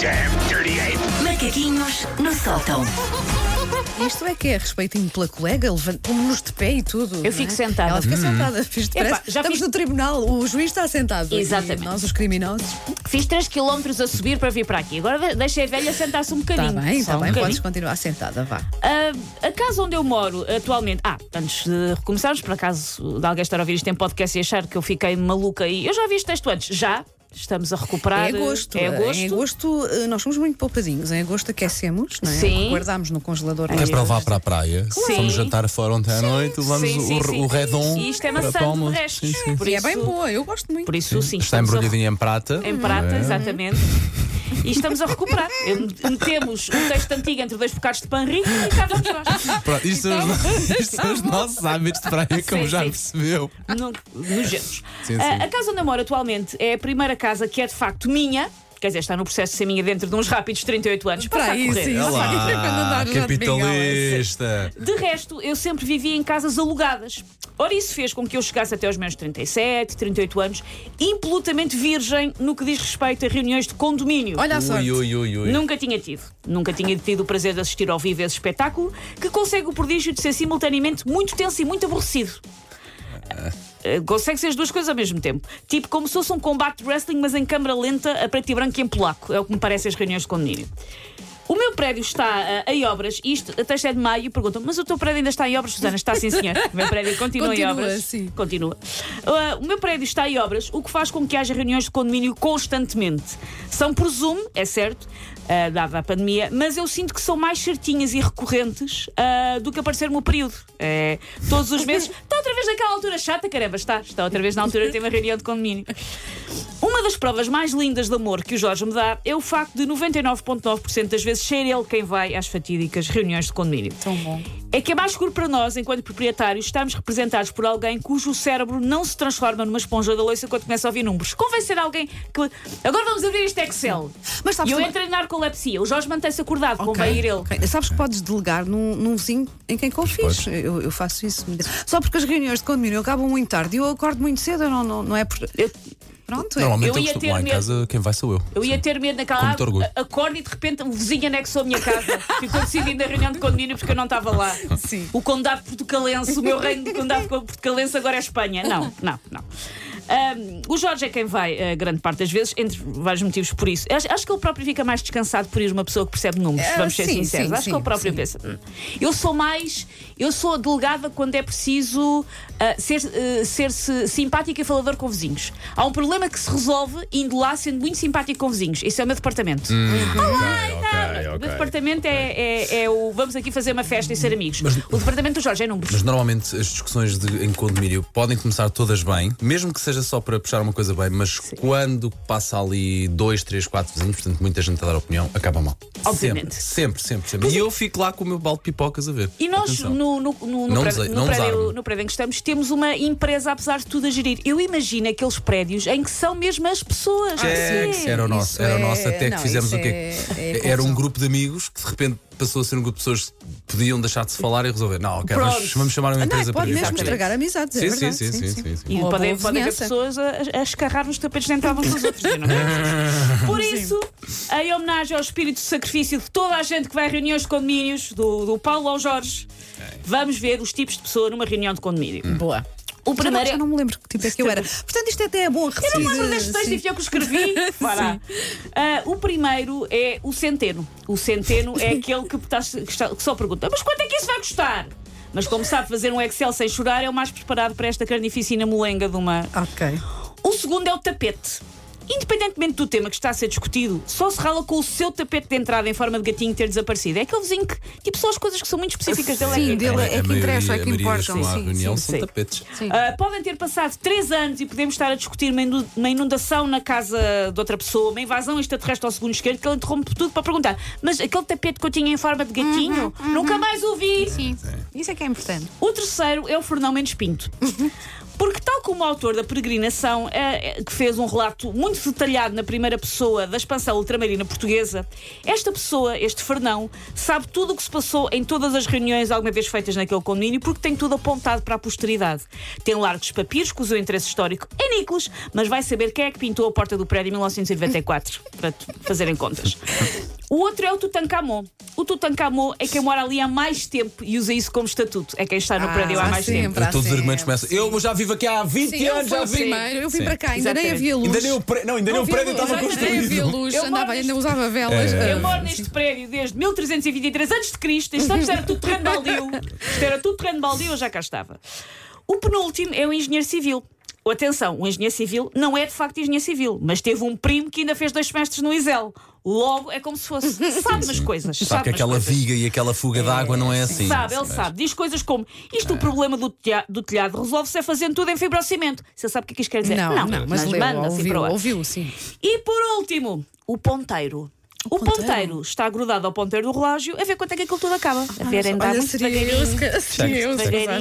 damn dirty ape! Macaquinhos no sótão. Isto é que é respeitinho pela colega, levantamos-nos de pé e tudo. não é? fico sentada. Ela Hum. fica sentada. Fiz depressa. Epá, já Estamos fiz- no tribunal, o juiz está sentado. E Exatamente. Um nós, os criminosos. Fiz 3 km a subir para vir para aqui. Agora de- deixei a velha sentar-se um Está bocadinho. Tá bem, Só está um bem, bocadinho. podes continuar sentada, vá. Ah, a casa onde eu moro atualmente. Ah, antes de recomeçarmos, por acaso de alguém estar a ouvir isto em podcast e achar que eu fiquei maluca e. Eu já vi isto texto antes. Já. Estamos a É recuperar. agosto. É agosto. Em agosto, eh, nós somos muito poupadinhos. Em agosto aquecemos, não é? Sim. Guardamos no congelador. Ai, Não eu é? É para levar para a praia. Sim. Vamos jantar fora ontem à noite, levamos Sim, o, sim, sim. o redom. E isto é para maçã palmas. de restos. Sim, sim. Por E é isso, bem boa, eu gosto muito. Por isso, sim. Está estamos a- embrulhadinho em prata. Em prata, É. exatamente. E estamos a recuperar. Eu- Metemos um texto antigo entre dois bocados de pão rico e cá vamos nós. Pronto, É. isto, são os, isto são os nossos hábitos de praia, como Então. Sim, já sim. percebeu. No- Nojentos. Sim, sim. Ah, a casa onde eu moro atualmente é a primeira casa que é de facto minha. Quer dizer, está no processo de ser minha dentro de uns rápidos 38 anos. Para Passa a aí, correr. sim. Olha Quando lá, andares na capitalista. De resto, eu sempre vivia em casas alugadas. Ora, isso fez com que eu chegasse até aos meus 37, 38 anos, impelutamente virgem no que diz respeito a reuniões de condomínio. Olha a sorte. Ui, ui, ui, ui. Nunca tinha tido. Nunca tinha tido o prazer de assistir ao vivo esse espetáculo que consegue o prodígio de ser simultaneamente muito tenso e muito aborrecido. Ah. Eh, Consegue ser as duas coisas ao mesmo tempo. Tipo, como se fosse um combate de wrestling, mas em câmara lenta, a preto e branco e em polaco. É o que me parece as reuniões de condomínio. O meu prédio está ah, em obras, e isto até 7 de maio, e perguntam mas o teu prédio ainda está em obras, Susana? Está sim, senhor. O meu prédio continua, em Continua, obras. sim. Continua. Ah, o meu prédio está em obras, o que faz com que haja reuniões de condomínio constantemente. São por Zoom, é certo, ah, dada a pandemia, mas eu sinto que são mais certinhas e recorrentes ah, do que aparecer no período. É, todos os meses. Está outra vez naquela altura chata, caramba, está. Está outra vez na altura de ter uma reunião de condomínio. Uma das provas mais lindas de amor que o Jorge me dá é o facto de 99,9% das vezes ser ele quem vai às fatídicas reuniões de condomínio. Tão bom. É que é mais escuro para nós, enquanto proprietários, estamos representados por alguém cujo cérebro não se transforma numa esponja da loiça quando começa a ouvir números. Convém ser alguém que. Agora vamos abrir este Excel. Mas sabes e eu uma- entro em narcolepsia. O Jorge mantém-se acordado, convém ir ele. Ok. Sabes que podes delegar num, num vizinho em quem confies. podes. Eu, eu faço isso. Só porque as reuniões de condomínio acabam muito tarde e eu acordo muito cedo, eu não, não, não é por. Eu, Pronto, é. Normalmente Eu eu, ia costumo ter lá em medo. casa, quem vai sou eu. eu ia ter medo naquela Com muito orgulho. a- acordo e de repente um vizinho anexou a minha casa. Ficou decidido na reunião de condomínio porque eu não estava lá. Sim. O condado portucalense, o meu reino de condado portucalense agora é Espanha. Não, não, não. Ahm, o Jorge é quem vai a grande parte das vezes, entre vários motivos por isso. Acho, acho que ele próprio fica mais descansado por ir uma pessoa que percebe números, Ah, vamos ser sim, sinceros. sim, acho sim, que ele próprio sim. pensa. "Hum, Eu sou mais. Eu sou delegada quando é preciso ah, ser, ah, ser-se simpática e falador com vizinhos. Há um problema que se resolve indo lá sendo muito simpático com vizinhos. Isso é o meu departamento. Ok, Ah, O meu departamento é, é- é o vamos aqui fazer uma festa e ser amigos. o departamento do Jorge é números. Mas normalmente as discussões de, em condomínio podem começar todas bem, mesmo que seja só para puxar uma coisa bem, mas quando passa ali dois, três, quatro vizinhos, portanto muita gente a dar opinião, acaba mal. Obviamente. Sempre, sempre, sempre. sempre. é. E eu fico lá com o meu balde de pipocas a ver. E nós, Atenção. no, no, no, no Não prédio, usei- no, não prédio, usaram. no prédio em que estamos, temos uma empresa, apesar de tudo, a gerir. Eu imagino aqueles prédios em que são mesmo as pessoas. Ah, Checks, Sim. É, era o Isso nosso, era o nosso é- até que não, fizemos isso o quê? é- é era confusão. um grupo de amigos que de repente passou a ser um grupo de pessoas que podiam deixar de se falar e resolver. Não, ok, Pronto. vamos, vamos chamar uma Ah, Não, empresa pode para mesmo vir. estragar amizades, é é Sim, sim, verdade. sim, sim, sim, sim. E Ou a podem, boa podem haver vizinhança. pessoas a, a escarrar nos tapetes de entrada uns dos outros. Eu não quero isso. Por isso, em homenagem ao espírito de sacrifício de toda a gente que vai a reuniões de condomínios, do, do Paulo ao Jorge, vamos ver os tipos de pessoa numa reunião de condomínio. Hum. Boa. O Já não, primeiro já é não me lembro que tipo é que eu era. Portanto, isto até é bom receber. Eu não lembro deste texto e fui eu que o escrevi. Fará. Ah, o primeiro é o centeno. O centeno é aquele que, tá- que está- que só pergunta: mas quanto é que isso vai custar? Mas como sabe fazer um Excel sem chorar, é o mais preparado para esta carnificina molenga de uma. Ok. O segundo é o tapete. Independentemente do tema que está a ser discutido, só se rala com o seu tapete de entrada em forma de gatinho ter desaparecido. É aquele vizinho que, tipo, só as coisas que são muito específicas dele. é Sim, que- dele é A que maioria- interessa, é a que maioria das importam. que vão à Sim, reunião sim, são sim. tapetes. Ah, podem ter passado três anos e podemos estar a discutir uma indu- uma inundação na casa de outra pessoa, uma invasão extraterrestre ao segundo esquerdo, que ele interrompe tudo para perguntar: Mas aquele tapete que eu tinha em forma de gatinho, nunca mais o vi. Isso é que é importante. O terceiro é o Fernão Mendes Pinto. Porque, tal como o autor da Peregrinação, eh, eh, que fez um relato muito detalhado na primeira pessoa da expansão ultramarina portuguesa, esta pessoa, este Fernão, sabe tudo o que se passou em todas as reuniões alguma vez feitas naquele condomínio, porque tem tudo apontado para a posteridade. Tem largos papiros com o seu interesse histórico em Nicolas, mas vai saber quem é que pintou a porta do prédio em 1994, para t- fazerem contas. O outro é o Tutankamon. O Tutankamon é quem mora ali há mais tempo e usa isso como estatuto. É quem está no Ah, prédio há há mais tempo. sempre. Para Todos os argumentos sempre, começam. Eu já vivo aqui há 20 Sim, eu anos, fui já o vi. primeiro, eu vim Sim. para cá, ainda nem Exatamente. havia luz. Ainda nem o pré- não, ainda nem o havia prédio luz, estava ainda nem havia construído. luz, Eu andava, moro ainda usava velas. É. Eu moro neste prédio desde 1323 a.C. Isto antes era tudo terreno baldio. Isto era tudo terreno baldio, eu já cá estava. O penúltimo é o engenheiro civil. Atenção, o engenheiro civil não é de facto engenheiro civil, mas teve um primo que ainda fez dois semestres no ISEL. Logo é como se fosse. Sabe umas coisas. Sabe que umas aquela coisas. viga e aquela fuga de água não é assim. Sabe, ele sabe. Diz coisas como: isto, o problema do, telha- do telhado resolve-se é fazendo tudo em fibrocimento. Você sabe o que é que isto quer dizer? Não, não, mas, leu, manda-se assim para ouviu, o ar. ouviu, sim. E por último, o ponteiro. O, ponteiro. ponteiro. está grudado ao ponteiro do relógio a ver quanto é que aquilo tudo acaba. A ver, ainda Ah, Olha, muito seria devagarinho. eu, se calhar, seria eu, se calhar.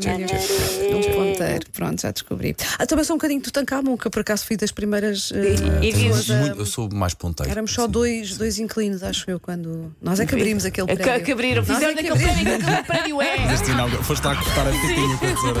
Um ponteiro, pronto, já descobri. Ah, também sou um bocadinho Tutankhamon, que eu por acaso fui das primeiras. eh, E dizes, Mas, Muito- eu sou mais ponteiro. Éramos só dois, dois inclinos, acho eu, quando. Nós é que abrimos aquele é que- prédio. que abriram, Nós fizeram é que daquele prédio que aquele prédio é. Deste inaugu- Foste lá cortar a fitinha com a tesoura.